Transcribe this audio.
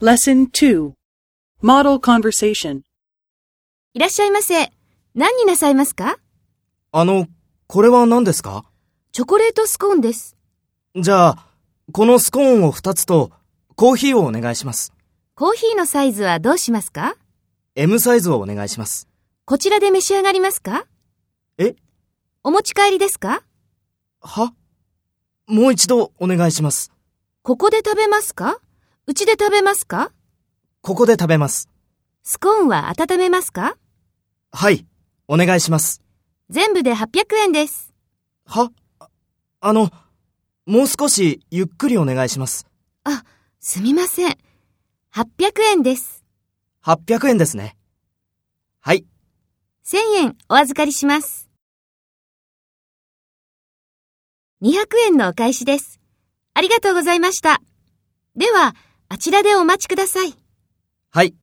Lesson 2 Model Conversation いらっしゃいませ。何になさいますかあの、これは何ですかチョコレートスコーンです。じゃあ、このスコーンを2つと、コーヒーをお願いします。コーヒーのサイズはどうしますか M サイズをお願いします。こちらで召し上がりますかえお持ち帰りですかはもう一度お願いします。ここで食べますかうちで食べますかここで食べます。スコーンは温めますかはい、お願いします。全部で800円です。はああの、もう少しゆっくりお願いします。すみません。800円です。 800円ですね。はい、 1000円お預かりします。200円のお返しです。ありがとうございました。では、あちらでお待ちください。はい。